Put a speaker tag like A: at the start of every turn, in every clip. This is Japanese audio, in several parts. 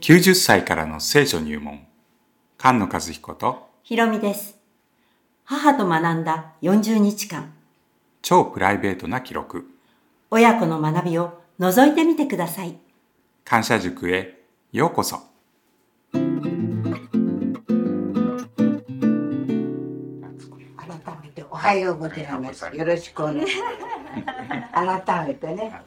A: 90歳からの聖書入門。菅野和彦と
B: ひろみです。母と学んだ40日間、
A: 超プライベートな記録。
B: 親子の学びを覗いてみてください。
A: 感謝塾へようこそ。
C: 改めておはようございます。よろしくお願いします。改めてね、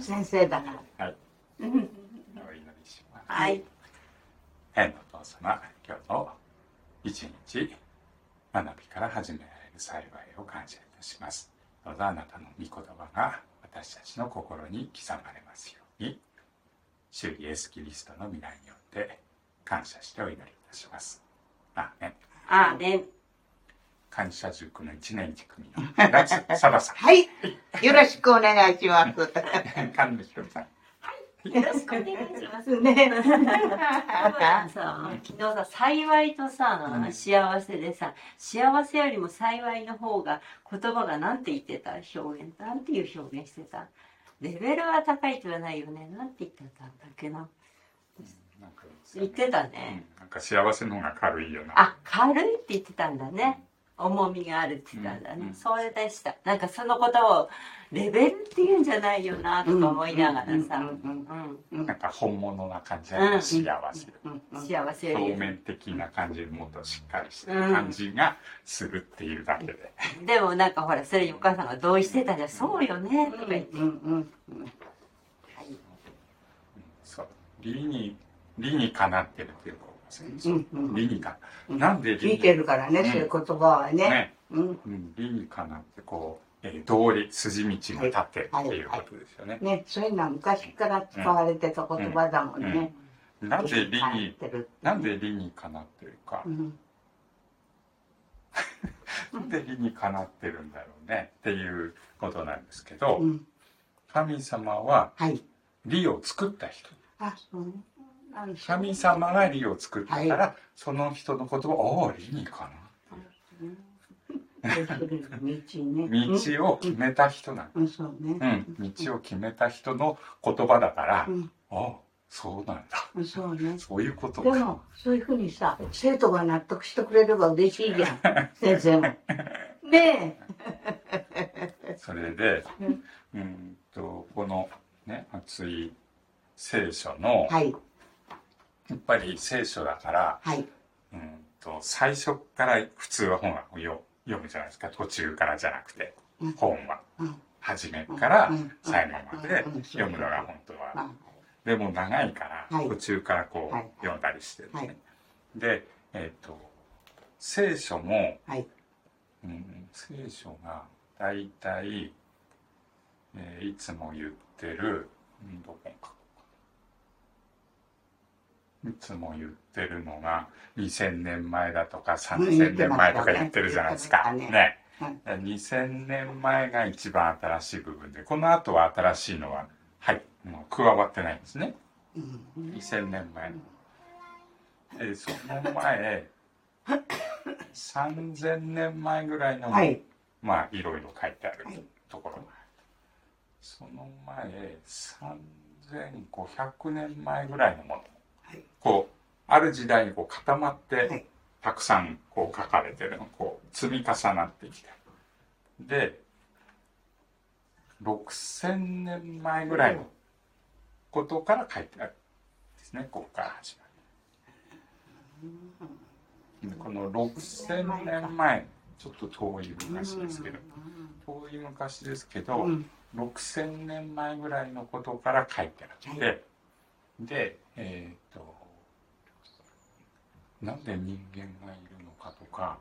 C: 先生だから。
D: はい。お祈りします。
C: はい。
D: 天のお父様、今日の一日、学びから始められる幸いを感謝いたします。どうぞあなたの御言葉が私たちの心に刻まれますように、主イエスキリストの未来によって感謝してお祈りいたします。アーメン。
C: あね。
D: 感謝塾の一年一組の夏サダさん、
C: はい。よろしくお願いします。
D: 菅野ひろみさん、
E: よろしくお願いしますね。さ昨日さ幸いとさ
D: うん
E: 幸せでさ幸せよりも幸いの方が言葉がなんて言ってた表現なんていう表現してたレベルは高いとはないよねなんて言ってたんだっけな
D: なんかですよ
E: 言っ
D: ね
E: てた
D: う
E: ね
D: ん、なんか幸せの方が軽いよな。
E: あ軽いって言ってたんだね重みがあるって言ってたんだね、
D: うん
E: それでしたなんかそのことをレベルって言うんじゃないよなとか思いながらさ、
C: うんうん
E: うん
D: なんか本物な感じが幸せ、
C: うんうん
E: 幸せより
D: 表面的な感じもっとしっかりした
E: うん
D: 感じがするっていうだけで、
E: でもなんかほらそれにお母さんが同意してたじゃん「そうよね」とか言って
C: うん
D: そう理に理にかなってるっていうか
C: うんうん
D: 理にか、
C: うん
D: なんで
C: 聞
D: 理
C: いて
D: に
C: るからね、
D: うん
C: そういう言葉はね。
D: ね、
C: うん。
D: うん、理にかなってこう、えー、通り筋道が立ってるっていうことですよね、
C: ね、そういうのは昔から使われてた言葉だもんね。
D: なんで理
C: 入っ
D: に
C: てる。
D: なんで理にかなってるか
C: う、ん。
D: なんで理にかなってるんだろうねっていうことなんですけど、
C: うん。
D: 神様は
C: はい。
D: 理を作った人
C: あ、そうね。なんでしょう
D: 神様が理を作ったから、
C: は
D: その人の言葉を「ああ理にか
C: 要するに道
D: な」
C: ね。
D: 道を決めた人なん
C: うん、そう
D: う
C: ね。
D: ん、道を決めた人の言葉だから、
C: う
D: あ
C: ん
D: あそうなんだ
C: うん、そうね。
D: そういうこと
C: で
D: か
C: も、そういうふうにさ、生徒が納得してくれれば嬉しいじゃ ん、先生も。ね
D: それで
C: うん
D: うんとこのね熱い聖書の、
C: え。はい、
D: やっぱり聖書だから
C: はい、
D: うんと最初から普通は本は読読むじゃないですか途中からじゃなくて
C: うん
D: 本は
C: うん、
D: 初めから
C: うん
D: 最後まで
C: うん
D: 読むのが本当は
C: あ
D: でも長いから
C: はい
D: 途中からこ
C: はいう
D: 読んだりしてるね、
C: はい
D: でえっ、と聖書も、
C: はい、
D: うん、聖書が大体、えーいつも言ってる、うん、どこかいつも言ってるのが2000年前だとか3000年前とか言ってるじゃないですか。
C: うん言ってましたね
D: ね
C: はい
D: 2000年前が一番新しい部分でこの後は新しいのははいもう加わってないんですね
C: うん
D: 2000年前の、えーその 前3000年前ぐらいの、
C: はい、
D: まあいろいろ書いてある
C: はい
D: ところがある、その前3500年前ぐらいのもの、
C: はい
D: こうある時代にこう固まって、
C: はい
D: たくさんこう書かれてるのこう積み重なってきたで6,000年前ぐらいのことから書いてあるんですねここから始まるでこの6,000年前ちょっと遠い昔ですけど遠い昔ですけど、
C: うん、
D: 6,000年前ぐらいのことから書いてあって、
C: は
D: でえっ、となんで人間がいるのかとか、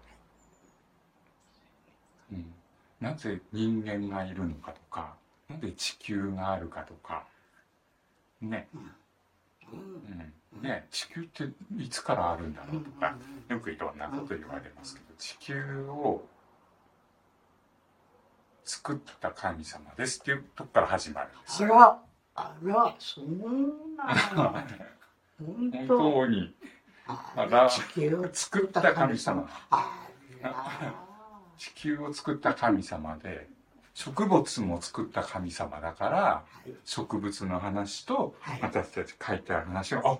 D: うん、なぜ人間がいるのかとかなんで地球があるかとかね、うん、ね地球っていつからあるんだろうとか、よくいろんなこと言われますけど地球を作った神様ですっていうとこから始まるんです
C: あ
D: よ。
C: ら、あら、そんな。本
D: 本
C: 当。
D: 当に
C: あ
D: あら
C: 地球を
D: 作った神様
C: あら。
D: 地球を作った神様で植物も作った神様だから
C: はい
D: 植物の話と
C: はい
D: 私たち書いてある話をあ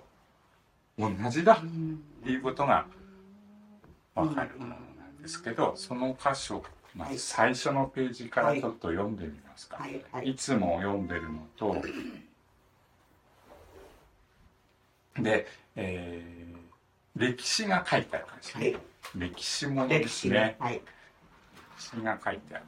D: 同じだ
C: うん
D: っていうことがわかるものなんですけど、その箇所、まあ
C: はい
D: 最初のページから
C: はい
D: ちょっと読んでみますか。
C: はいはい
D: いつも読んでるのと、で、えー歴史が書いてある感じ、
C: はい
D: 歴史もので
C: 歴
D: す
C: 史ね
D: ね。
C: はい
D: 歴史が書いてある。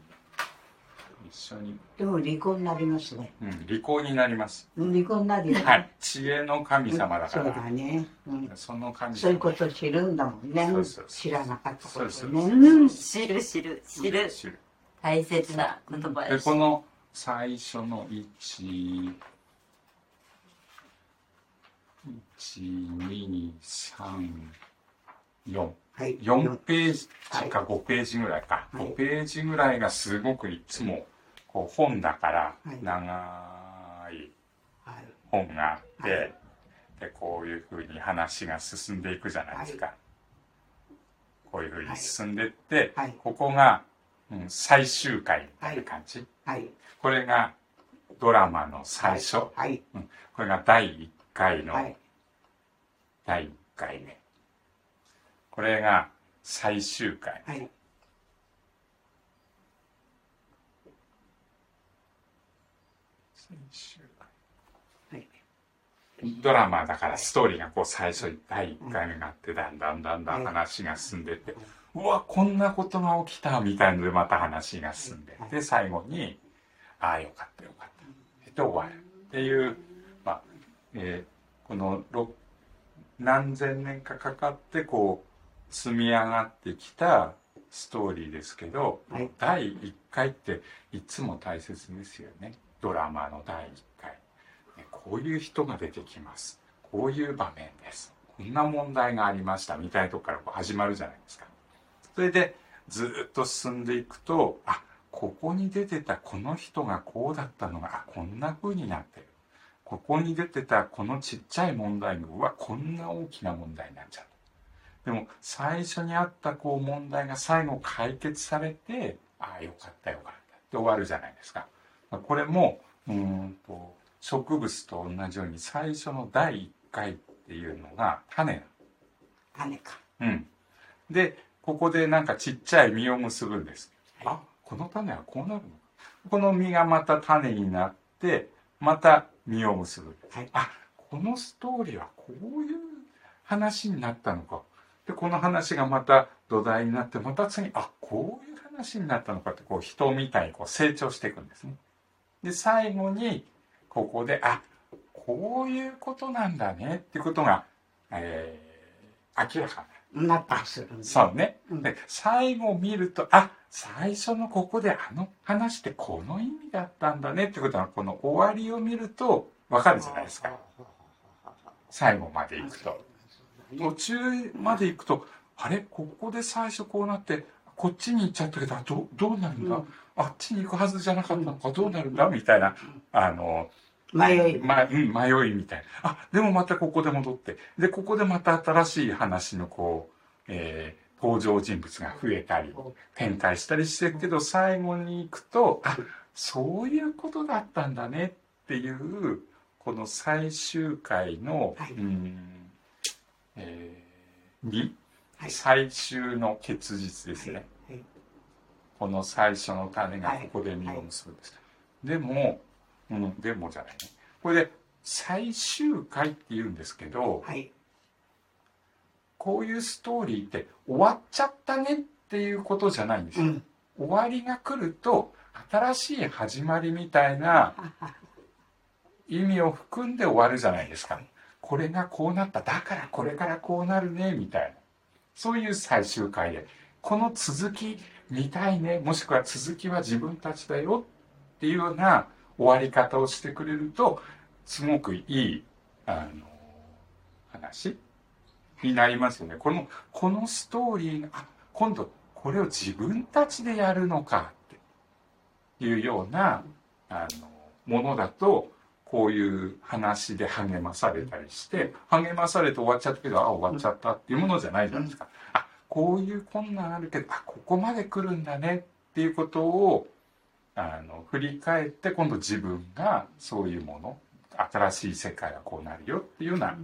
D: 一緒に、
C: でも離婚になりますね
D: うん、離婚になります。
C: 離婚になるよね
D: はい。知恵の神様だか
C: そうだ
D: ら、
C: ね、うん、
D: その神
C: そういう
D: 様。
C: こと知るんだもんね
D: そうそう
C: 知らなかったこ
D: そ
C: と
D: うそう
C: ね
D: そう
C: うん
E: 知る知る知る
D: 知る。
E: 大切な言葉
D: で
E: です
D: この最初の1 1234
C: はい
D: 4ページか5ページぐらいか、
C: はい
D: 5ページぐらいがすごくいつもこう本だから
C: はい
D: 長い
C: はい
D: 本があって、
C: はい
D: でこういうふうに話が進んでいくじゃないですか、こういうふうに進んでって、
C: はい
D: ここが、うん、最終回みたいな感じ、
C: はい
D: これがドラマの最初、
C: はい
D: これが第1回の、
C: はい
D: 第1回目これが最終回、
C: はい
D: 最終
C: はい
D: 回ドラマだからストーリーがこう最初に第1回目があってだんだんだんだん話が進んでって、うわこんなことが起きたみたいなのでまた話が進んでで最後にああよかったよかったで終わるっていう、まあえーこのろ何千年かかかってこう積み上がってきたストーリーですけど、
C: はい
D: 第1回っていつも大切ですよねドラマの第1回。ねこういう人が出てきますこういう場面ですこんな問題がありましたみたいなとこからこう始まるじゃないですかそれでずーっと進んでいくとあここに出てたこの人がこうだったのがあこんな風になってるここに出てたこのちっちゃい問題がうわこんな大きな問題になっちゃったでも最初にあったこう問題が最後解決されてああよかったよかったって終わるじゃないですかこれもうーんと植物と同じように最初の第1回っていうのが種なんです
C: 種か
D: うん。で、ここでなんかちっちゃい実を結ぶんです。あ、この種はこうなるのこの実がまた種になって、また実を結ぶ。
C: はい
D: あ、このストーリーはこういう話になったのか。で、この話がまた土台になって、また次、あ、こういう話になったのかって、こう人みたいにこう成長していくんですね。で、最後に、ここで、あ、こういうことなんだねっていうことが、えー明らかになる。
C: なったりするんだ
D: そうね。
C: うん
D: で、最後見ると、あ、最初のここであの話ってこの意味だったんだねってことは、この終わりを見るとわかるじゃないですか。最後まで行くと。途中まで行くと、あれここで最初こうなって、こっちに行っちゃったけど、あどうどうなるんだ、
C: うん
D: あっちに行くはずじゃなかったのか、どうなるんだみたいな、あの、
C: 迷い
D: ま、うん、迷いみたいな。あ、でもまたここで戻って。で、ここでまた新しい話のこう、えー登場人物が増えたり、展開したりしてるけど、最後に行くと、あ、そういうことだったんだねっていう、この最終回の、
C: はいう
D: ーん、えー、に、
C: はい
D: 最終の結実ですね。
C: はい
D: この最初の種が
C: はい
D: ここで実を結ぶんです。でも、うん、でもじゃないね。これで最終回って言うんですけど、
C: はい
D: こういうストーリーって終わっちゃったねっていうことじゃないんです
C: う
D: よ。
C: ん
D: 終わりが来ると、新しい始まりみたいな意味を含んで終わるじゃないですか。これがこうなった。だからこれからこうなるね、みたいな。そういう最終回で。この続き見たいね、もしくは続きは自分たちだよっていうような終わり方をしてくれると、すごくいい、あの、話になりますよね。この、このストーリーが、あ、今度これを自分たちでやるのかっていうような、あの、ものだと、こういう話で励まされたりして、励まされて終わっちゃったけど、あ、終わっちゃったっていうものじゃないじゃないですか。あ、こういう困難あるけど、あ、ここまで来るんだねっていうことを、あの、振り返って、今度自分がそういうもの、新しい世界はこうなるよっていうような、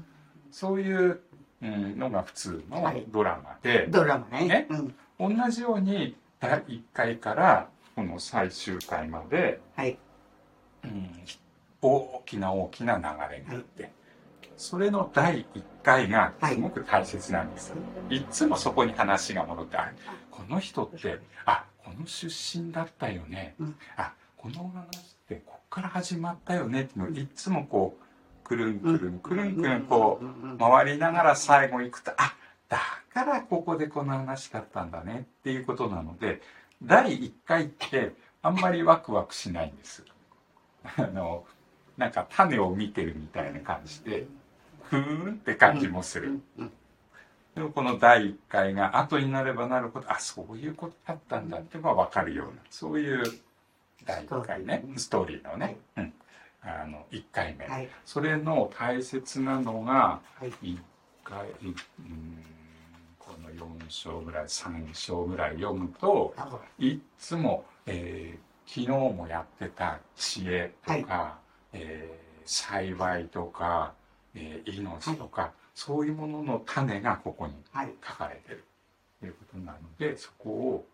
D: そういううんのが普通のドラマで、
C: ドラマね
D: ね。
C: うん。
D: 同じように第1回からこの最終回まで、
C: はい。
D: うん大きな大きな流れがあって、それの第1回がすごく大切なんです。いつもそこに話が戻って、あこの人って、あ、この出身だったよね。
C: うん
D: あ、この話ってこっから始まったよねっていうのをいつもこう、くるんくるんくるんくるんこ
C: うんうんう、
D: うん回りながら最後行くと、あ、だからここでこの話だったんだねっていうことなので、第1回ってあんまりワクワクしないんです。あの、なんか種を見てるみたいな感じで、ふーんって感じもする。
C: うん
D: でもこの第1回が後になればなるほど、あ、そういうことだったんだっていうのがわかるような、そういう第1回ね、ストーリーのね、うん、あの、1回目。
C: はい。
D: それの大切なのが、
C: はい。
D: 1回、うん、この4章ぐらい、3章ぐらい読むと、いっつも、えー昨日もやってた知恵とか、えー幸いとか、えー命とか、そういうものの種がここに
C: はい。
D: 書かれてるということなので、そこを、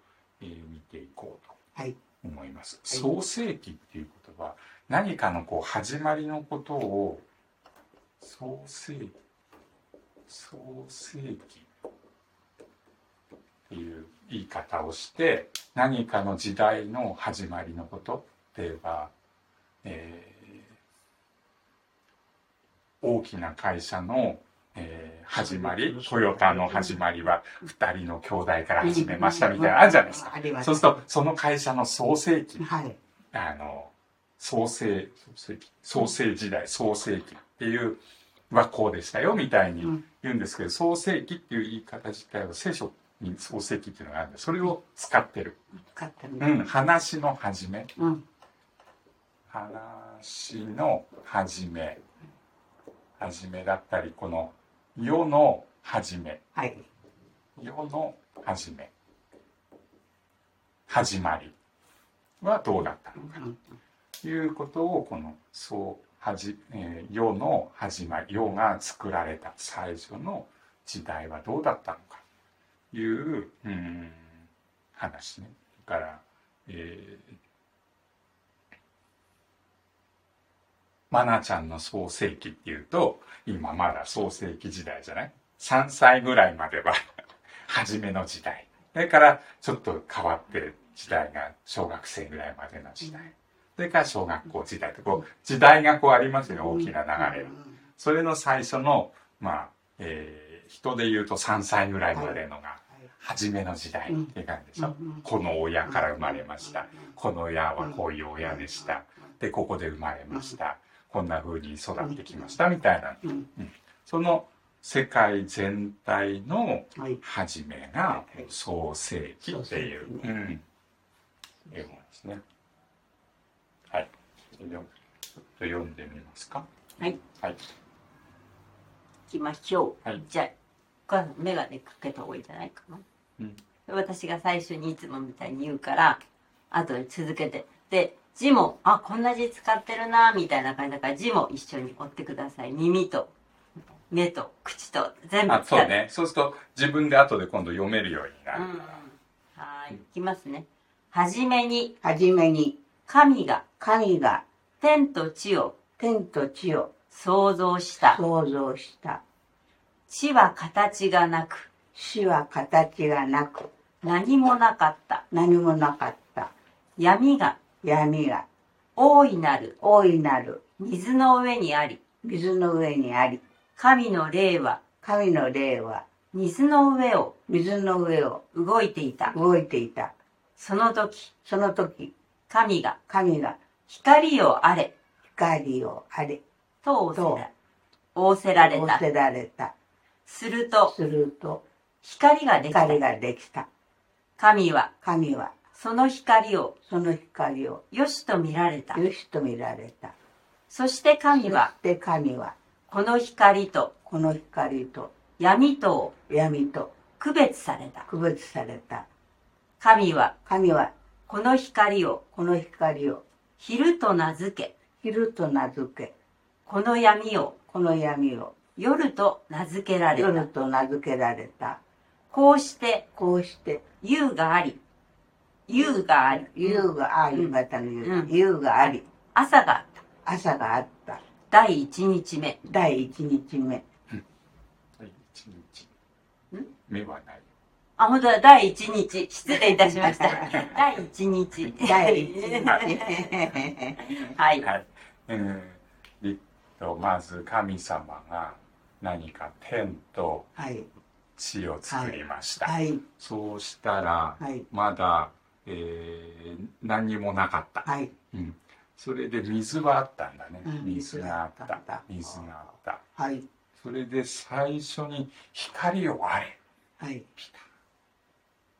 D: えー見ていこうと
C: はい。
D: 思います。創世記っていう言葉、何かのこう始まりのことを、創世記、創世記っていう言い方をして、何かの時代の始まりのこと、例えば、えー大きな会社の、えー始まり、トヨタの始まりは二人の兄弟から始めましたみたいな、あるじゃないですか。
C: あります。
D: そうすると、その会社の創世期、
C: はい。
D: あの、創世、創世期、創世時代、創世期っていう、はこうでしたよ、みたいに
C: うん
D: 言うんですけど、創世期っていう言い方自体は聖書に創世期っていうのがあるんで、それを使ってる。
C: 使った
D: う
C: ね。
D: ん、話の始め。
C: うん。
D: 話の始め。始めだったり、この世の始め。
C: はい。
D: 世の始め。始まりはどうだったのか。
C: うん
D: いうことをこのそうはじ、えー世の始まり世が作られた最初の時代はどうだったのかいううん話ね。だから、えー、マナちゃんの創世記っていうと今まだ創世記時代じゃない ?3 歳ぐらいまでは 初めの時代。それからちょっと変わって時代が小学生ぐらいまでの時代。それから小学校時代とこう時代がこうありますよね大きな流れが。それの最初のまあ、えー人で言うと3歳ぐらいまでのが初めの時代っていう感じでしょ。この親から生まれました。この親はこういう親でした。でここで生まれました。こんな風に育ってきましたみたいな。
C: うん。
D: その世界全体の
C: はい。
D: 始めが創世記っていう、
C: 創世記
D: うん、いうものですね。はい。ちょっと読んでみますか。
E: はい。
D: はい。
E: きましょう。
D: はい
E: じゃあ、これメガネかけた方がいいんじゃないかな。
D: うん
E: 私が最初にいつもみたいに言うから、後で続けて。で、字も、あ、こんな字使ってるな、みたいな感じだから、字も一緒に追ってください。耳と、目と、口と、全部
D: あ、
E: 使
D: そう
E: う。
D: ね。そうすると自分で後で今度読めるようにな
E: う
D: る。
E: ん。はい。いきますね。はじめに、
C: はじめに、
E: 神が
C: 神が
E: 天と地を
C: 天と地を
E: 創造した。
C: 創造した。
E: 地は形がなく、
C: 死は形がなく、
E: 何もなかった。
C: 何もなかった。
E: 闇が
C: 闇が
E: 大いなる
C: 大いなる
E: 水の上にあり、
C: 水の上にあり、
E: 神の霊は
C: 神の霊は
E: 水の上を
C: 水の上を
E: 動いていた。
C: 動いていた。
E: その時、
C: その時、
E: 神が
C: 神が
E: 光をあれ
C: 光をあれ、
E: と仰せら仰せられた。
C: 仰せられた。
E: すると、
C: すると、
E: 光ができた。
C: 光ができた。
E: 神は
C: 神は
E: その光を
C: その光を
E: 良しと見られた。
C: 良しと見られた。
E: そして神は
C: で神は
E: この光と
C: この光と
E: 闇とを
C: 闇と
E: 区別された。
C: 区別された。
E: 神は
C: 神は
E: この光を
C: この光を
E: 昼と名付け、
C: 昼と名付け、
E: この闇を
C: この闇を
E: 夜と名付けられ
C: 夜
E: た。
C: と名付けられた。
E: こうして、
C: こうして、
E: 優があり、優があり、
C: 夕があり、
E: うん
C: またの
E: う
C: 夕
E: ん、
C: 夕があり、
E: 朝があった。
C: 朝があった。
E: 第1日目。
C: 第一日目。
D: はい一日
E: ん。
D: 目はない。
E: あ、本当だ、第1日。失礼いたしま した。第1日。
C: 第一日
E: はい。
D: はい。えー、えっとまず神様が何か天と
C: はい。
D: 地を作りました。
C: はい。
D: そうしたら、
C: はい
D: まだ、えー何にもなかった、
C: はい。
D: うん。それで水はあったんだね
C: うん。
D: 水があっ
C: 水があった
D: た。水があった。
C: はい。
D: それで最初に光をあれ。
C: はい。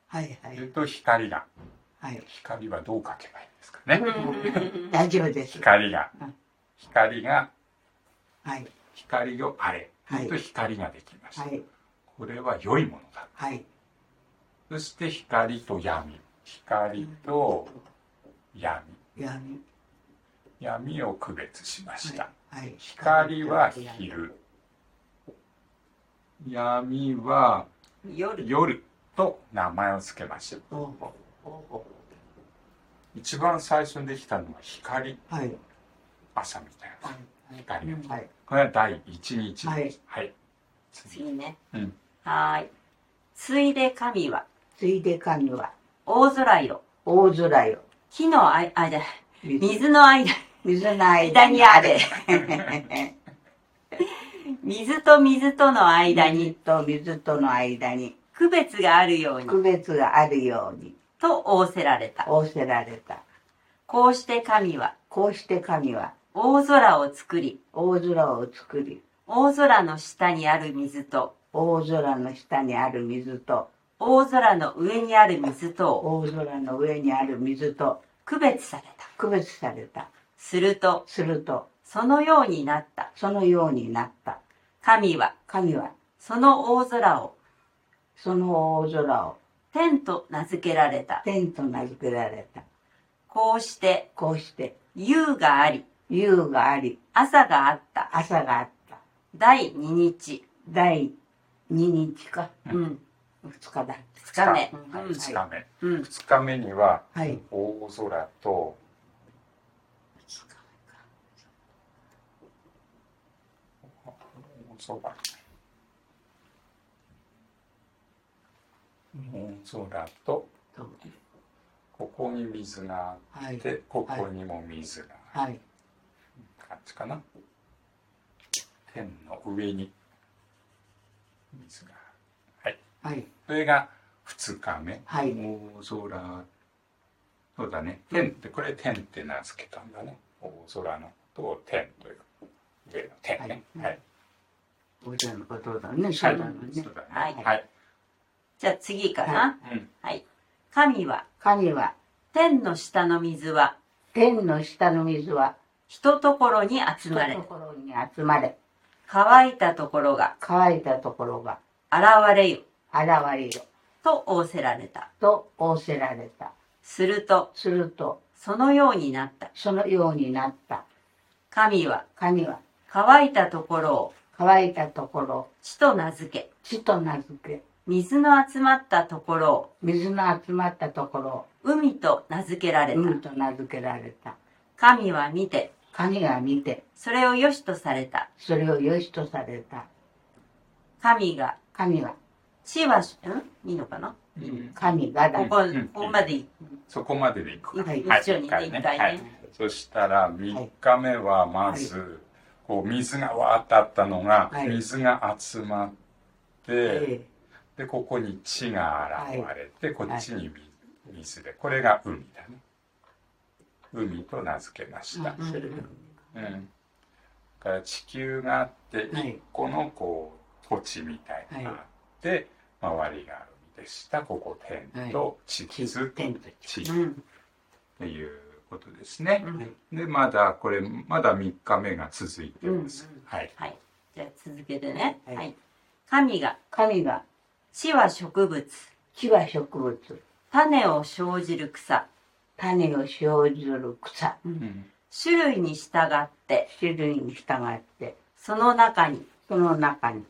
C: はい。は
D: えっ
C: い。
D: と光が。
C: はい。
D: 光はどう書けばいいんですかね。
C: 大丈夫です。
D: 光が
C: うん。
D: 光が、
C: はい。
D: 光をあれ。
C: はい
D: と光ができました。
C: はい。
D: これは良いものだ。
C: はい。
D: そして光と闇。光と闇。
C: 闇。
D: 闇を区別しました。
C: はい。
D: 光は昼。闇は
E: 夜。
D: 夜と名前を付けました。
C: おうおうお
D: 一番最初にできたのは光。
C: うはい。
D: 朝みたいな。
C: はい。
D: 光
C: はい。
D: これは第一日。
C: はい。
D: はい。
E: 次ね。
D: うん
E: はーい。ついで神は、
C: ついで神は、
E: 大空よ、
C: 大空よ。
E: 火のあい、あ、じゃない
C: 水
E: 水の間、
C: 水の間
E: 間
C: に
E: に
C: あ
E: あ
C: れ
E: れ。水と水との間に
C: 水と水との間に
E: 区別があるように、
C: 区別があるように
E: と仰せられた。
C: 仰せられた。
E: こうして神は、
C: こうして神は
E: 大空を作り、
C: 大空を作り、
E: 大空の下にある水と、
C: 大空の下にある水と、
E: 大空の上にある水とを
C: 大空の上にある水と
E: 区別された。
C: 区別された。
E: すると、
C: すると、
E: そのようになった。
C: そのようになった。
E: 神は、
C: 神は
E: その大空を、
C: その大空を
E: 天と名付けられた。
C: 天と名付けられた。
E: こうして、
C: こうして、
E: 夕があり、
C: 夕があり、
E: 朝があった。
C: 朝があった。
E: 第2日。
C: 第2日か、
E: うん。
C: 2日だ。
E: 2日目。
D: はい
E: うん
D: 二日目。
E: うん。
D: 二日目には
C: はい。
D: 大空と大空大空とここに水があ
C: は
D: っ
C: い。
D: てここにも水があ
C: はい。
D: る感じかな天の上に水があるはい
C: はい。
D: それが二日目
C: はい。
D: 大空そうだね天ってこれ天って名付けたんだね大空のことを天という上の天ね
C: は
D: はいい、
C: おじゃのことだね。そうだね
D: そ。うだね
E: はい
D: はい、
E: じゃあ次か
C: は
E: な。
D: うん、
E: はい。神は、
C: 神は、
E: 天の下の水は、
C: 天の下の水は、
E: ひとところに集
C: と
E: まれ
C: と、ころに集まれ、
E: 乾いたところが
C: 乾いたところが
E: 現れよ、
C: 現れよ、
E: と仰せられた。
C: と仰せられた。
E: すると、
C: すると、
E: そのようになった。
C: そのようになった。
E: 神は、
C: 神は、
E: 乾いたところを
C: 乾いたところを、
E: 地と名付け、
C: 地と名付け、
E: 水の集まったところを
C: 水の集まったところを、
E: 海と名付けられた。
C: 海と名付けられた。
E: 神は見て、
C: 神が見て、
E: それを良しとされた。
C: それを良しとされた。
E: 神が、
C: 神は、
E: 地は、んいいのかな
D: うん
C: 神がだ
E: こ
C: ね。
E: こ、
D: うん
E: ここまでい
D: そこまででいく
C: はい
E: 一緒にね、
D: はい
E: 一回
D: はい
E: ね。
D: そしたら3日目はまず、こう水がわーってあったのが、
C: はい
D: 水が集まって、
C: ええ
D: でここに地が現れて、こっちに水水でこれが海だね海と名付けました、
C: うんそれで
D: うんだから地球があって
C: はい
D: 一個のこう土地みたいなのがあって、周りが海でしたここ天と地
C: 地
D: 図と
C: 天と
D: 地っ
E: うん。
D: ていうことですね
E: う、ん
D: でまだこれまだ3日目が続いてます、
E: うんうん
D: はい
E: はい。じゃあ続けてね。
C: はい
E: はい。神が、
C: 神が
E: 地は植物、
C: 地は植物
E: 種を生じる草、
C: 種を生じる草
D: うん
E: 種類に従って、
C: 種類に従って
E: その中に
C: その中に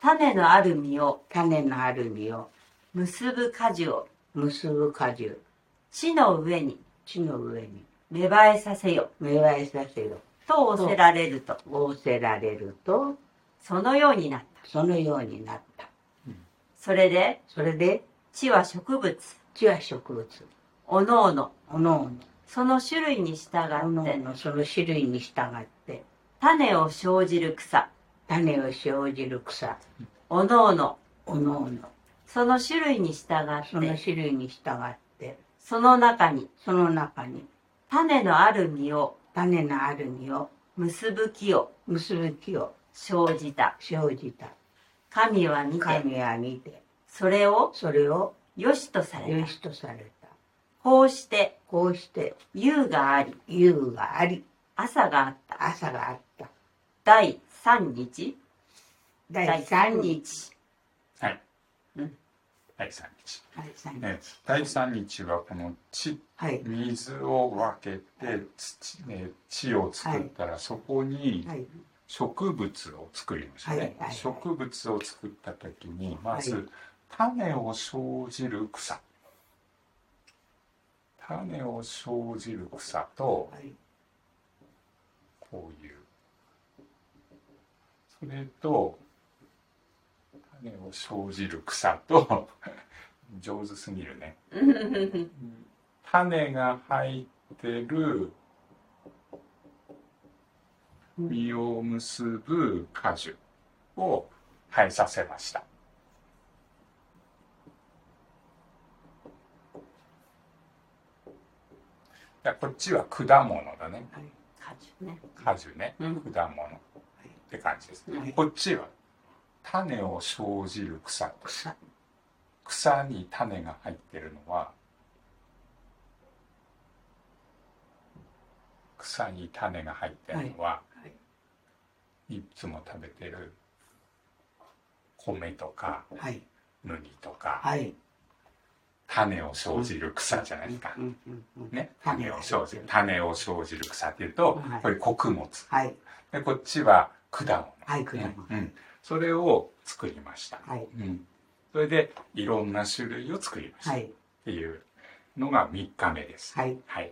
E: 種のある実を
C: 種のある実を
E: 結ぶ果樹を
C: 結ぶ果樹
E: 地の上に
C: 地の上に
E: 芽生えさせよ
C: 芽生えさせよ
E: と仰せられると
C: 仰せられると
E: そのようになった
C: そのようになった
E: それで
C: それで
E: 地は植物
C: 地は植物
E: おのおの
C: おのおの
E: その種類に従
C: おの
E: っ
C: お
E: て
C: のその種類に従って
E: 種を生じる草
C: 種を生じる草
E: おのおの
C: おのおの
E: その種類に従
C: そ
E: っ
C: の
E: て
C: 種類に従って
E: その中に
C: その中に
E: 種のある実を
C: 種のある実を
E: 結ぶ木を
C: 結ぶ木を
E: 生じた
C: 生じた
E: 神は見て
C: 神は見て
E: それを
C: それを
E: 良しとされ
C: 良
E: た
C: しとされた
E: こうして
C: こうして
E: 夕があり
C: 夕があり
E: 朝があった
C: 朝があった
E: 第3日
C: 第3日
D: はい、
E: うん
D: 第3日、
C: 第3日
D: ね、第3日はこの地
C: はい
D: 水を分けて土,、ね、地を作ったら、そこに
C: はい
D: 植物を作りましたね、
C: はいはい
D: 植物を作った時にまず、
C: はい
D: 種を生じる草種を生じる草と
C: はい
D: こういうそれと種を生じる草と 上手すぎるね種が入ってる実を結ぶ果樹を生えさせました。いやこっちは果物だね。
C: はい
E: 果樹ね
D: 果樹ね。
E: うん
D: 果物って感じです。
C: はい
D: こっちは種を生じる草と
C: 草
D: 草に種が入ってるのは草に種が入ってるのは、、
C: はい
D: つも食べてる米とか
C: はい
D: 麦とか、
C: はい
D: 種を生じる草じゃないですか。
C: うんうんうん
D: ね、種を生じる種を生じる草っていうと、
C: はい
D: これ穀物
C: はい
D: でこっちは果物、
C: はい果物
D: うんうんそれを作りました、
C: はい
D: うん、それでいろんな種類を作りました、
C: はい
D: っていうのが3日目です。
C: はい
D: はい。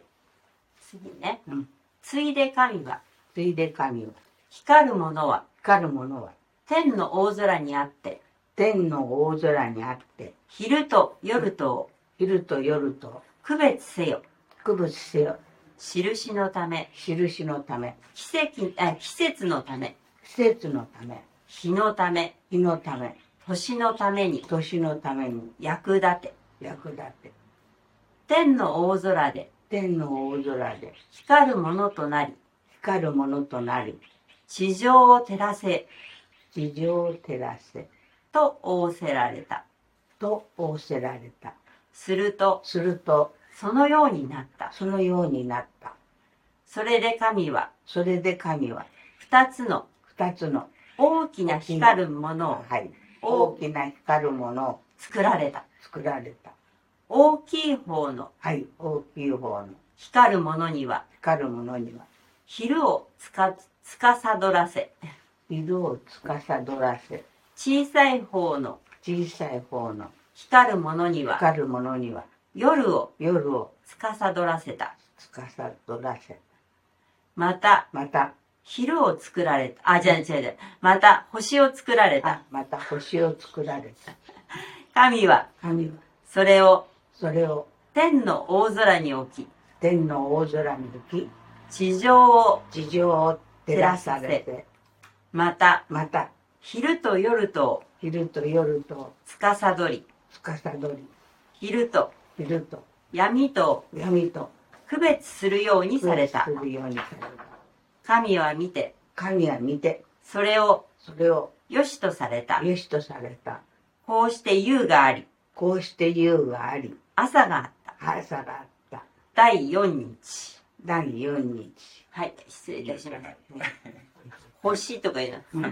E: 次ね、
C: うん
E: ついで神は
C: ついで神は
E: 光るものは
C: 光るものは
E: 天の大空にあって
C: 天の大空にあって
E: 昼と夜とを
C: 昼と夜と
E: 区別せよ
C: 区別せよ
E: 印のため
C: 印のため
E: 奇跡あ季節のため
C: 季節のため
E: 日のため
C: 日のため
E: 年のために
C: 年のために
E: 役立て
C: 役立て
E: 天の大空で
C: 天の大空で
E: 光るものとなり
C: 光るものとなり
E: 地上を照らせ
C: 地上を照らせ
E: と仰せられた
C: と仰せられた
E: すると
C: すると
E: そのようになった
C: そのようになった
E: それで神は
C: それで神は
E: 二つの
C: 二つの
E: 大きな光るものを
C: はい、大きな光るものを
E: 作られた
C: 作られた
E: 大きい方の
C: はい大きい方の
E: 光るものには
C: 光るものには
E: 昼をつかつかさどらせ
C: 色を司らせ
E: 小さい方の
C: 小さい方の
E: 光るものには
C: 光るものには
E: 夜を
C: 夜を
E: つかさどらせた
C: 司らせ
E: また
C: また
E: 昼を作られたあ違う違う違うまた星を作られた
C: あまた星を作られた
E: 神は
C: 神は
E: それを
C: それを
E: 天の大空に置き
C: 天の大空に行
E: 地上を
C: き地上を照らされて
E: また
C: また
E: 昼と夜とを
C: 昼と夜と
E: つかさどり
C: 司り
E: 昼と
C: 昼と
E: 闇とを
C: 闇と
E: 区別するようにされた
C: するようにされた
E: 神は見て
C: 神は見て
E: それを
C: それを
E: 良しとされた
C: 良しとされた
E: こうして夕があり
C: こうして夕があり
E: 朝があった
C: 朝があった
E: 第4日
C: 第4日
E: はい失礼いたしました星とかいうの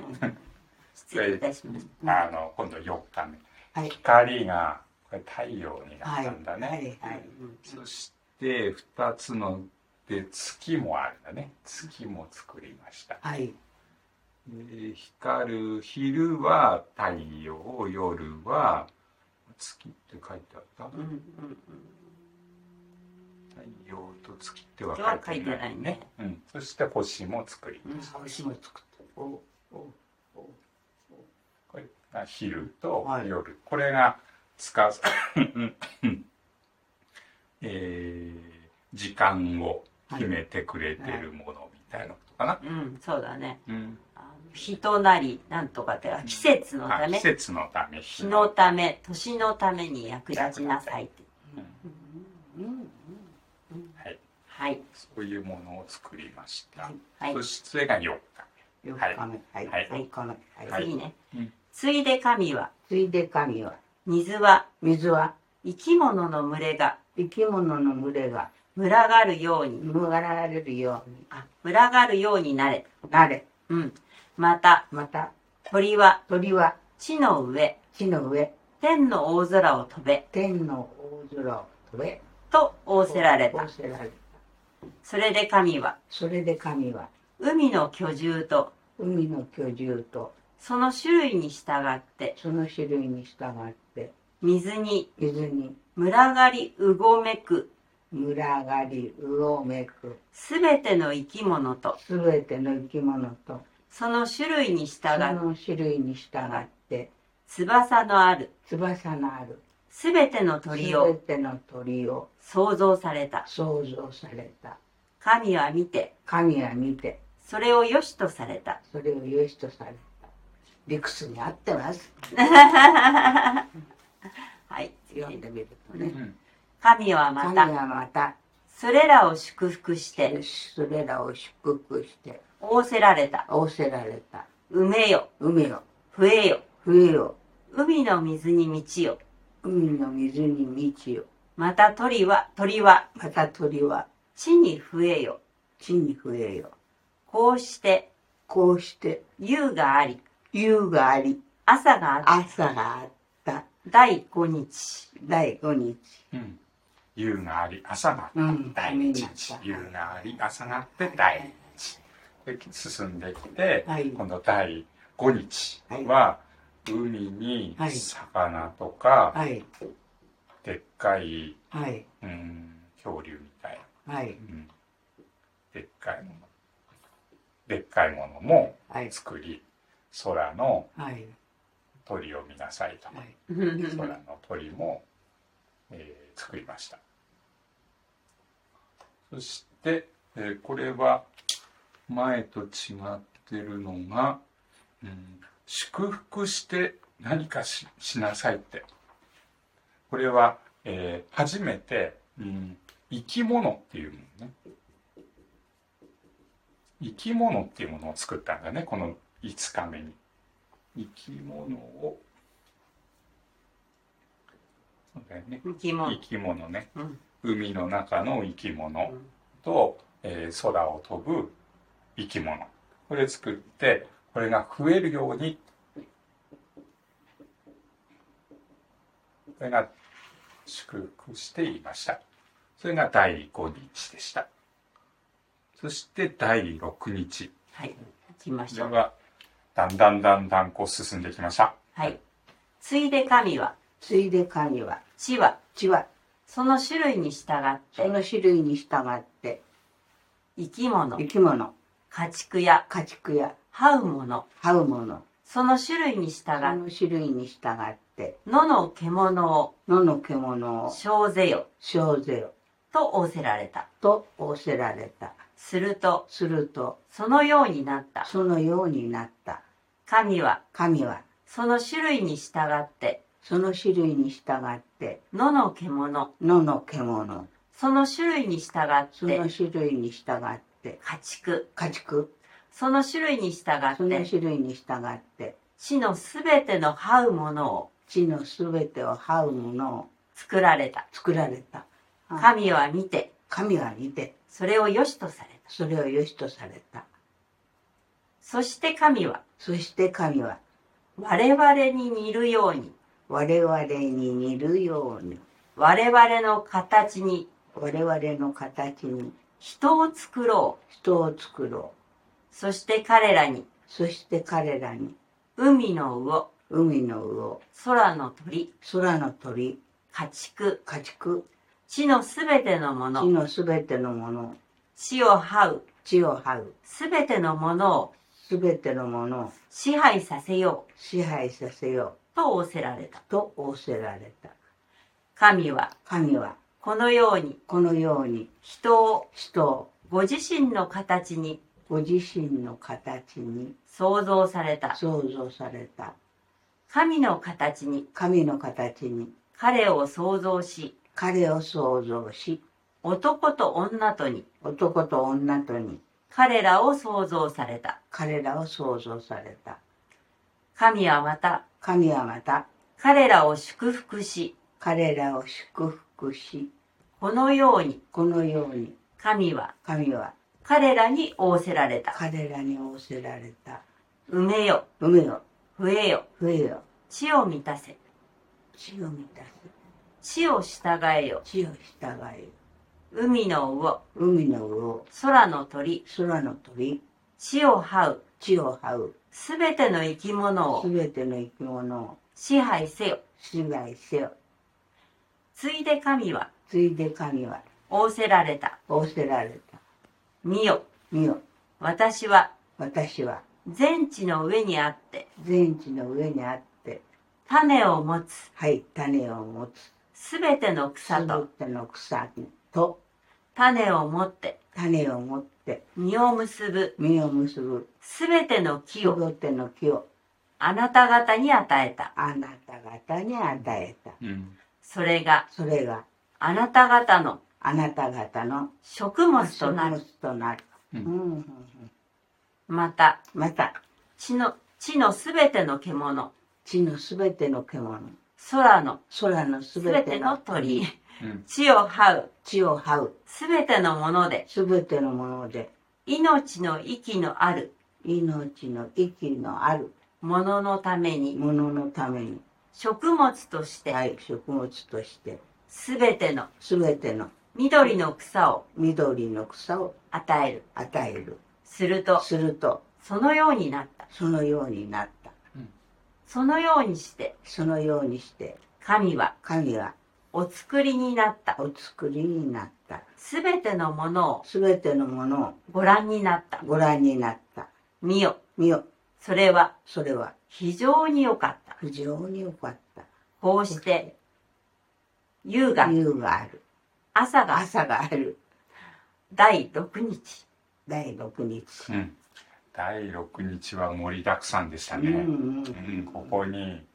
E: 失礼いたしました
D: あの今度4日目。
C: はい
D: 光がこれ太陽になっ
C: はい
D: たんだね。
C: はいはい
D: そして2つので月もあるんだね。月も作りました。
C: はい
D: えー光る昼は太陽夜は月って書いてあった、
E: うんうん
D: 太陽と月っては書いてないねうん、そして星も作りました、
C: 星も作ってる
D: おおおこれが昼と
C: はい
D: 夜、これがつかえー時間を決めてくれてるものみたいなことかな、
E: うん、うん、そうだね
D: うん
E: あの人なりなんとかってあ季節のた
D: あ季
E: め
D: 節のため日
E: 日のため年のために役立ちなさいって
D: うん
E: うんうんうん
D: はい
E: はい
D: そういうものを作りました、
E: はい
D: そしてそれが4日
C: 四日目はい
D: はい
C: 四日目は
D: はい
E: 次ね、
D: うん
E: ついで神は
C: ついで神は
E: 水は
C: 水は
E: 生き物の群れが
C: 生き物の群れが
E: 群がるように
C: 群がられるように
E: あ群がるようになれ
C: なれ
E: うんまた
C: また
E: 鳥は
C: 鳥は
E: 地の上
C: 地の上
E: 天の大空を飛べ
C: 天の大空を飛べ
E: と仰せられた
C: 仰せられた
E: それで神は
C: それで神は
E: 海の居住と
C: 海の居住と
E: その種類に従って
C: その種類に従って
E: 水に
C: 水に
E: 群がりうごめく
C: 群がりうおめく
E: すべての生き物と
C: すべての生き物と
E: その種類に従
C: そ
E: っ
C: の種類に従って
E: 翼のある
C: 翼のある
E: すべての
C: す
E: 鳥
C: べ
E: を
C: ての鳥を
E: 創造された
C: 創造された
E: 神は見て
C: 神は見て
E: それを良しとされ た
C: それを良しとされた理屈に合ってます
E: はい
C: 読んでみるとね
E: 神はま
C: 神
E: た
C: はまた
E: それらを祝福して
C: それらを祝福して
E: 仰せられた
C: 仰せられた
E: 埋めよ
C: 海を
E: 増えよ
C: 冬を
E: 海の水に満ちよ
C: 海の水に満ちよ
E: また鳥は鳥は
C: また鳥は
E: 地に増えよ
C: 地に増えよ
E: こうして
C: こうして
E: 夕があり
C: 夕があり
E: 朝があって
C: 朝があった
E: 第5日
C: 第五日
D: うん夕があり朝があって第一日、
C: うん
D: 夕があり朝があって第一日で進んできて、
C: はい
D: 今度第五日は海に
C: はい
D: 魚とか、
C: はい
D: でっかい、
C: はい
D: うん、恐竜みたい
C: は
D: な、う
C: い
D: んでっかいものでっかいものも
C: はい
D: 作り空の
C: はい
D: 鳥を見なさいと、
C: はい
D: 空の鳥も、えー作りましたそして、えーこれは前と違ってるのが、うん祝福して何かししなさいってこれは、えー初めて、うん生き物っていうものね生き物っていうものを作ったんだねこの5日目に生き物をそうだよね
E: 生き
D: 生
E: 物
D: き物ね
E: うん
D: 海の中の生き物
E: うん
D: と、えー空を飛ぶ生き物これ作ってこれが増えるようにこれが祝福していましたそれが第5日でしたそして第6日
E: はい行きま
D: こ
E: し
D: れ
E: ょう
D: はだんだんだんだんこう進んできました
E: はいついで神は
C: ついで神は
E: 地は
C: 地は
E: その種類に従っ
C: そ
E: て
C: の種類に従って
E: 生き物
C: 生き物
E: 家畜や
C: 家畜や
E: 這う者
C: 這う物
E: その種類に従
C: そ
E: っ
C: の種類に従って
E: て野の獣を
C: 野の獣を
E: 生ぜよ
C: 生ぜよ
E: と仰せられた
C: と仰せられた
E: すると
C: すると
E: そのようになった
C: そのようになった
E: 神は
C: 神は
E: その種類に従って
C: その種類に従って
E: 野の獣
C: 野の獣
E: その種類に従
C: そ
E: って
C: の種類に従って
E: 家畜
C: 家畜
E: その種類に従
C: そ
E: っ
C: の
E: て
C: 種類に従って
E: 地のすべての這う者を
C: 地のすべてを這う者を
E: 作られた
C: 作られた
E: 神は見て
C: 神は見て
E: それを良しとされた
C: それを良しとされた
E: そして神は
C: そして神は
E: 我々に似るように
C: 我々に似るように
E: 我々の形に
C: 我々の形に
E: 人を作ろう
C: 人を作ろ
E: そして彼らに
C: そして彼らに
E: 海の魚、
C: 海の魚
E: 空の鳥、
C: 空の鳥
E: 家畜、
C: 家畜
E: 地のすべてのも
C: 地
E: の、
C: のすべてのもの
E: 地を這う、
C: 地を這う
E: すべてのものを
C: すべてのものを
E: 支配させよ
C: 支配させよ
E: うと仰せられた
C: う。と仰せられた
E: 神は
C: 神は
E: このように
C: このように
E: 人を
C: 人を
E: ご自身の形に
C: ご自身の形に
E: 創造された。
C: 創造された
E: 神の形に
C: 神の形に
E: 彼を創造し、
C: 彼を創造し
E: 男と女とに
C: 男と女とに
E: 彼らを創造された。
C: 彼らを創造された
E: 神はまた
C: 神はまた
E: 彼らを祝福し、
C: 彼らを祝福し
E: このように
C: このように
E: 神は
C: 神は
E: 彼らに仰せられた。
C: 彼らに仰せられた
E: 埋めよ、
C: 海を
E: 増えよ、
C: 増えよ
E: 地を満たせ、
C: 地を満た
E: 地を従えよ、
C: す地を従えよ
E: 海の魚、
C: 海の魚
E: 空の鳥、
C: 空の鳥
E: 地を這う、
C: 地を這う
E: すべての生き物
C: す
E: を
C: べての生き物を
E: 支配せよ。
C: 支配せよ
E: ついで神は
C: ついで神は
E: 仰せられた。
C: 仰せられた
E: 見よ、
C: 見よ
E: 私は
C: 私は
E: 全地の上にあって、
C: 全地の上にあって
E: 種を持つ
C: はい種を持つ
E: すべての草と、
C: 全ての草と
E: 種を持って
C: 種を持って
E: 実を結ぶ
C: 実を結ぶ
E: すべての木を
C: 全ての木を
E: あなた方に与えた。
C: あなた方に与えた
D: うん。
E: それが
C: それが
E: あなた方の
C: あなた方の
E: 食物となる。
C: 物となる、
D: うん
C: うんうんうん
E: また、
C: また
E: 地の、地のすべての獣、
C: 地のすべての獣
E: 空の
C: 空のす
E: す
C: べ
E: べ
C: て
E: て
C: の
E: の鳥、
D: うん。
E: 地を這う
C: 地を這う
E: すべてのものです
C: べてのもので
E: 命の息のある
C: 命の息のある
E: もののために
C: もののために
E: 食物として
C: はい食物として
E: すべての
C: すべての
E: 緑の草を
C: 緑の草を
E: 与える。
C: 与える
E: すると、
C: すると
E: そのようになった。
C: そのようになった
E: そのようにして、
C: そのようにして
E: 神は
C: 神は
E: お作りになった。
C: お作りになった
E: すべてのものを
C: すべてのもの
E: ご覧になった
C: を。ご覧になった
E: 見よ。
C: 見よ
E: それは
C: それは
E: 非常に良かった。
C: 非常によかった
E: こうして、夕が、
C: 夕がある
E: 朝が、
C: 朝がある
E: 第6日。
C: 第6日
D: うん。第六日は盛りだくさんでしたね。
C: うんう
D: うん
C: ん
D: ここに、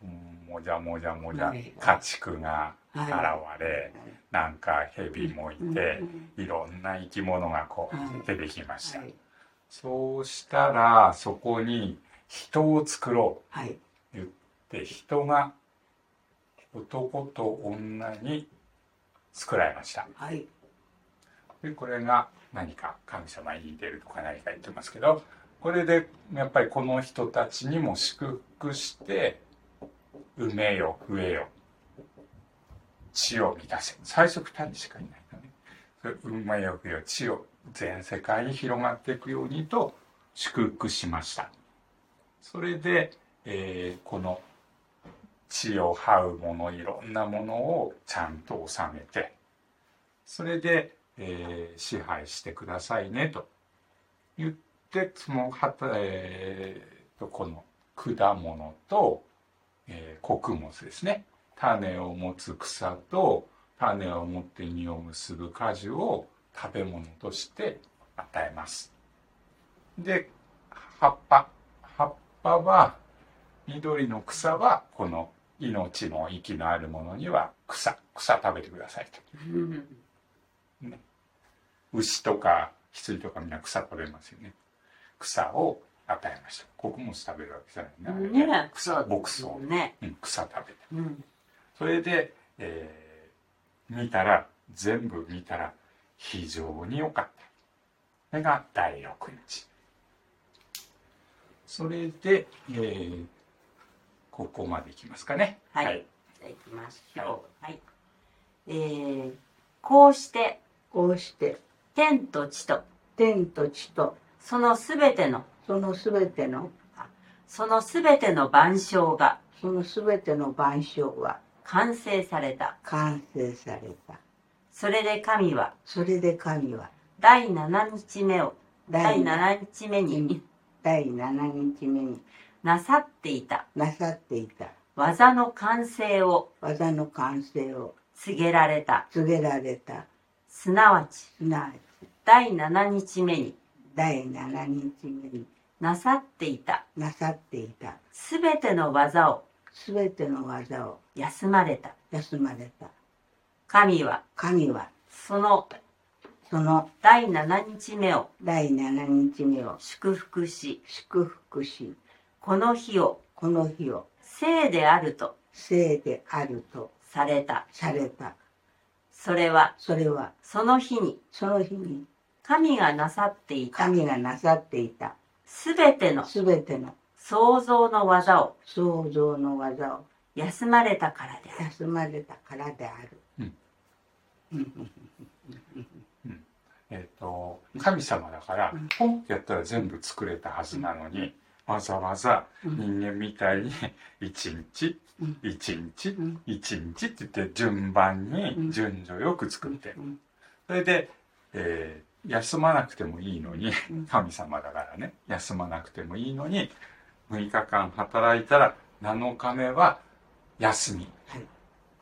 D: うんもじゃもじゃもじゃ
C: はい
D: 家畜が現
C: はい
D: れ、なんか蛇もいて
C: うんうん、
D: いろんな生き物がこ
C: はいう
D: 出てきました
C: は。い
D: そうしたら、そこに人を作ろ
C: はい、
D: うって言って、人が男と女に作られました。
C: はい、
D: で、これが何か神様に似てるとか何か言ってますけど、これでやっぱりこの人たちにも祝福して、埋めよ、増えよ、地を満たせ。最初二人しかいないのね。それ埋めよ、増えよ、地を全世界に広がっていくようにと祝福しました。それで、えーこの地を這うもの、いろんなものをちゃんと収めて、それで、えー支配してくださいねと言ってそのはた、えーとこの果物と、えー穀物ですね種を持つ草と種を持って実を結ぶ果樹を食べ物として与えます。で葉っぱ葉っぱは緑の草はこの命の息のあるものには草草食べてくださいと。牛とか羊とかみんな草食べますよね草を与えました穀物食べるわけじゃないねあれ
E: ね
D: 草牧草、
E: ね。
D: うん、草食べて
E: うん。
D: それで、えー見たら全部見たら非常に良かったそれが第6日それで、えーここまでいきますかね
E: はいじゃあ行きましょう。はい。えー、こうして、
C: こうして
E: 天と地と、
C: 天と地と
E: そのすべての
C: そのすべての、
E: そのすべての万象が
C: そのすべての万象は
E: 完成された。
C: 完成された。
E: それで神は
C: それで神は
E: 第7日目を、第
C: 第
E: 7日目に
C: 第7日目に
E: なさっていた
C: なさっていた
E: 技の完成を
C: 技の完成を
E: 告げられた。
C: 告げられた。
E: すなわち、
C: すなわち
E: 第7日目に
C: 第7日目に
E: なさっていた
C: なさっていた
E: すべての技を
C: すべての技を
E: 休まれた。
C: 休まれた。
E: 神は
C: 神は
E: その
C: その
E: 第7日目を
C: 第7日目を
E: 祝福し、
C: 祝福し、
E: この日を
C: この日を
E: 聖であると
C: 聖であると
E: された。
C: された。
E: それは
C: それは
E: その日に
C: その日に
E: 神がなさっていた
C: 神がなさっていた
E: すべての
C: すべての
E: 創造の技を
C: 創造の技を
E: 休まれたからである。
C: 休まれたからである。
D: えっと神様だからポンってやったら全部作れたはずなのにわざわざ人間みたいに 一日
C: うん
D: 一日
C: うん
D: 一日って言って順番
C: う
D: に
C: ん
D: 順序よく作って
C: うん
D: それで、えー休まなくてもいいのに
C: うん
D: 神様だからね休まなくてもいいのに6日間働いたら7日目は休み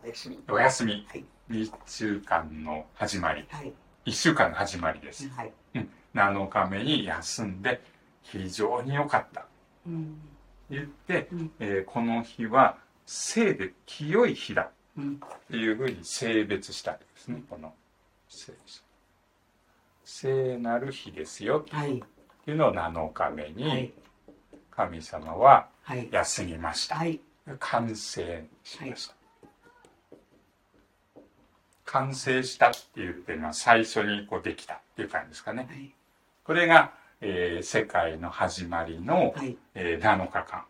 C: おやすみ。
D: お休み
C: はい。
D: 1週間の始まり
C: はい。
D: 1週間の始まりです
C: はい。
D: 7日目に休んで非常に良かったと
C: うん。
D: 言って、
C: うん
D: えーこの日は聖で清い日だ
C: うん。
D: っていうふうに性別したんですねこの聖聖なる日ですよ
C: はい。
D: っていうのを7日目
C: は
D: に
C: い。
D: 神様は
C: はい。
D: 休みました、
C: はい。
D: 完成しました、完成したっていう点が最初にこうできたっていう感じですかね
C: はい。
D: これが、えー世界の始まりの、
C: はい。
D: えー7日間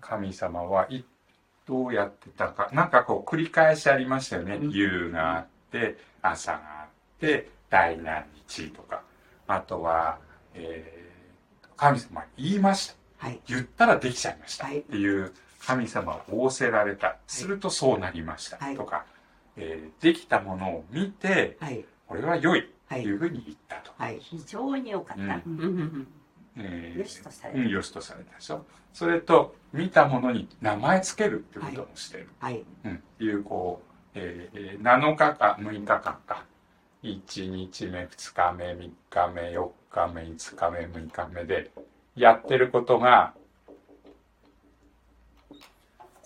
D: 神様はいどうやってたかなんかこう繰り返しありましたよね、
C: うん
D: 夕があって朝があって大何日とかあとは、えー神様は言いました
C: はい。
D: 言ったらできちゃいましたっ
C: はい
D: ていう神様を仰せられた、するとそうなりました
C: はい
D: とか、えーできたものを見て
C: はい。
D: これは良い
C: は
D: と
C: い
D: い。うふうに言ったと。
C: はい。
E: 非常に良かった。
D: うえー
E: よしとされ
D: う
E: た
D: ん、良しとされたでしょ。それと、見たものに名前つけるってこともしてる。
C: はい。
D: うん。いう、こう、えーえー7日間、6日間か。1日目、2日目、3日目、4日目、5日目、6日目で、やってることが、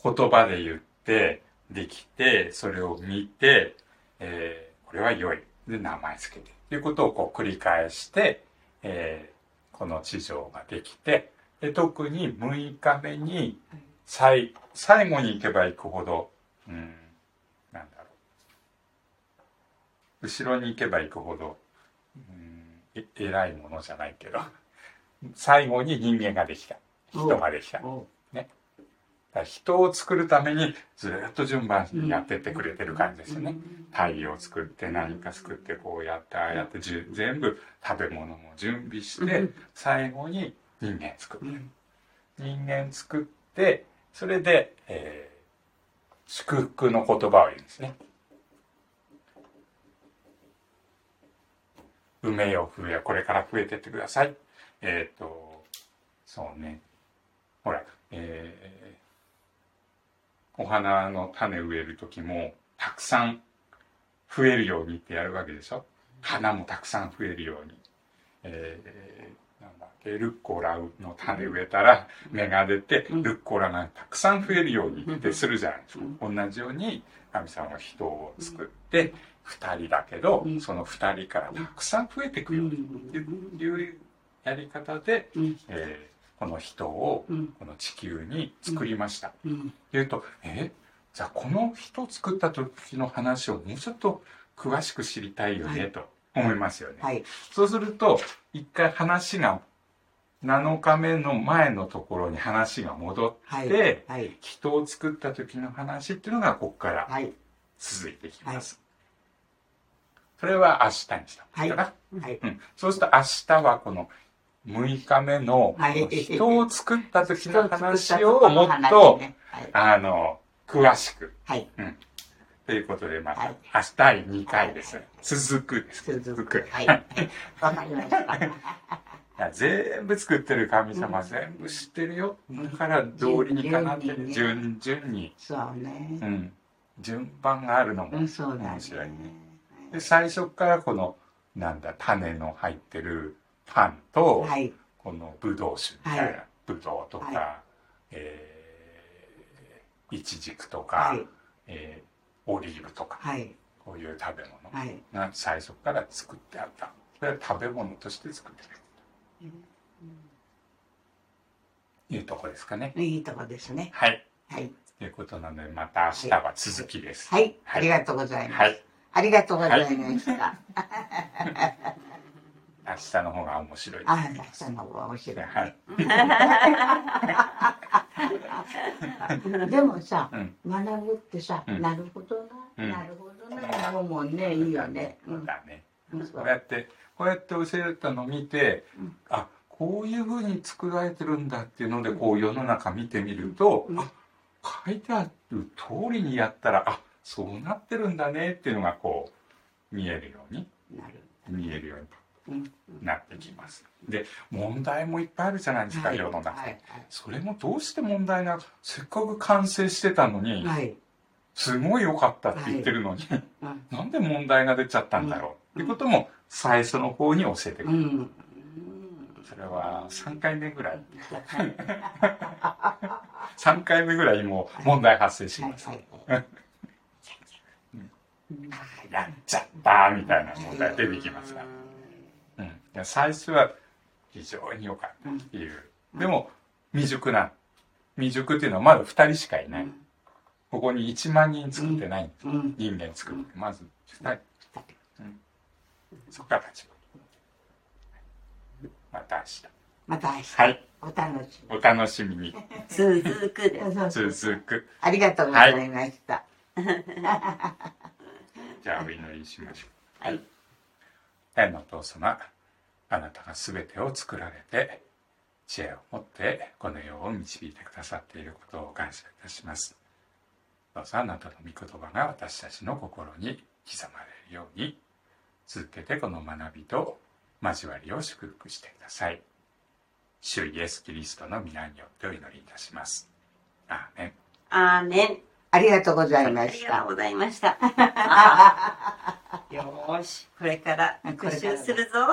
D: 言葉で言って、できて、それを見て、えーこれは良い。で、名前つけて。ということをこう繰り返して、えーこの地上ができて、で特に6日目に
C: はい
D: 最、最後に行けば行くほど、うん、なんだろう。後ろに行けば行くほど、うん、え偉いものじゃないけど、最後に人間ができた。人ができた。
C: お
D: だから人を作るためにずっと順番にやってってくれてる感じですよね。太陽を作って何か作ってこうやってああやってじゅ全部食べ物も準備して最後に人間作る。人間作ってそれで、えー祝福の言葉を言うんですね。梅よ冬よこれから増えてってください。えっ、とそうねほら、えーお花の種植える時もたくさん増えるようにってやるわけでしょ花もたくさん増えるように。えーなんだっけルッコラの種植えたら芽が出て
C: うん
D: ルッコラがたくさん増えるようにってするじゃないですか
C: う
D: 同じように神様は人を作って2人だけど
C: うん
D: その2人からたくさん増えていくようにっていうやり方で
C: うん。
D: えーこの人を
C: うん。
D: この地球に作りました。
C: うん。
D: 言うと、えじゃあこの人を作った時の話をもうちょっと詳しく知りたいよね、
C: はい
D: と思いますよね。
C: はい。
D: そうすると、一回話が7日目の前のところに話が戻って、
C: はい。はい。
D: 人を作った時の話っていうのがここから
C: はい。
D: 続いてきます。それは明日にしたのかな、
C: はい。
D: うん、そうすると明日はこの6日目の
C: はい
D: 人を作った時の話
C: 人
D: を
C: 作
D: も
C: た
D: っ
C: 時の話
D: と、
C: ねはい
D: あの、詳しく。
C: はい。
D: ということで、ま
C: は
D: た
C: い、
D: 明日第2回です。続くです。
C: 続
D: 続
C: く
D: く。。
C: はい。はいわかりました。
D: いや全部作ってる神様、全部知ってるよ。だから、道理にかなってる。順
C: 順
D: 々に。
C: そうね
D: う。ん。順番があるのも
C: うん、そうだ
D: 面
C: ね。
D: 白いね。で、最初からこの、なんだ、種の入ってるパンと、
C: はい。
D: このブドウ酒みたい
C: は
D: な、ブドウとか、
C: は
D: えー、イチジクとか、
C: はい。
D: えーオリーブとか、
C: はい。
D: こういう食べ物
C: はい。
D: が最初から作ってあった。それは食べ物として作ってる。いうとこですかね。
C: いいとこですね。
D: はい。
C: はい。
D: ということなので、また明日は続きです。
C: はい。
D: はい
C: ありがとうございます。
D: はい。
C: ありがとうございました。
D: 明日の方が面白いです。
C: あ、明日の方が面白い、ね。
D: はい。
C: でもさ、
D: うん
C: 学ぶってさ、
D: うん
C: なるほどな、
D: うん
C: なるほどな、なるもんね、いいよね。うん、
D: だね。
C: うん
D: こうやって、こうやって教えたのを見て
C: うん、
D: あ、こういうふうに作られてるんだっていうので、こう世の中見てみると
C: う、ん
D: あ、書いてある通りにやったら、あ、そうなってるんだねっていうのがこう、見えるように、
C: なる。
D: 見えるように
C: うん、
D: なってきます。で、問題もいっぱいあるじゃないですか、世の中
C: は
D: に
C: い。。
D: それもどうして問題が、せっかく完成してたのに、
C: はい。
D: すごい良かったって言ってるのに、
C: うん
D: なんで問題が出ちゃったんだろう、ってことも最初の方に教えてくれる。
C: うん。
D: それは3回目ぐらい、
E: はい
D: 3回目ぐらいにもう問題発生し
C: はい。
D: ます。
C: はい。
D: やっちゃったみたいな問題が出てきますから。うんいや、最初は非常に良かったっていう。でも、未熟な。未熟っていうのはまだ2人しかいない。ここに1万人作ってないんです。
C: うん。
D: 人間作って、まず2人。うんそこから始まる。また明日。
C: また明日、
D: はい。
C: お楽しみ
D: お楽しみに。
E: 続くです。
C: そうそうそう。
D: 続く。
C: ありがとうございました。
D: じゃあお祈りしましょう。
E: はい。
D: 天のお父様、あなたがすべてを作られて、知恵を持ってこの世を導いてくださっていることを感謝いたします。どうぞあなたの御言葉が私たちの心に刻まれるように、続けてこの学びと交わりを祝福してください。主イエス・キリストの皆によってお祈りいたします。アーメン。
E: アーメン。
C: ありがとうござい
E: あ
C: ま
E: り
C: し
E: がと
C: た
E: う。ございま した。あーよーし、これから復習するぞ。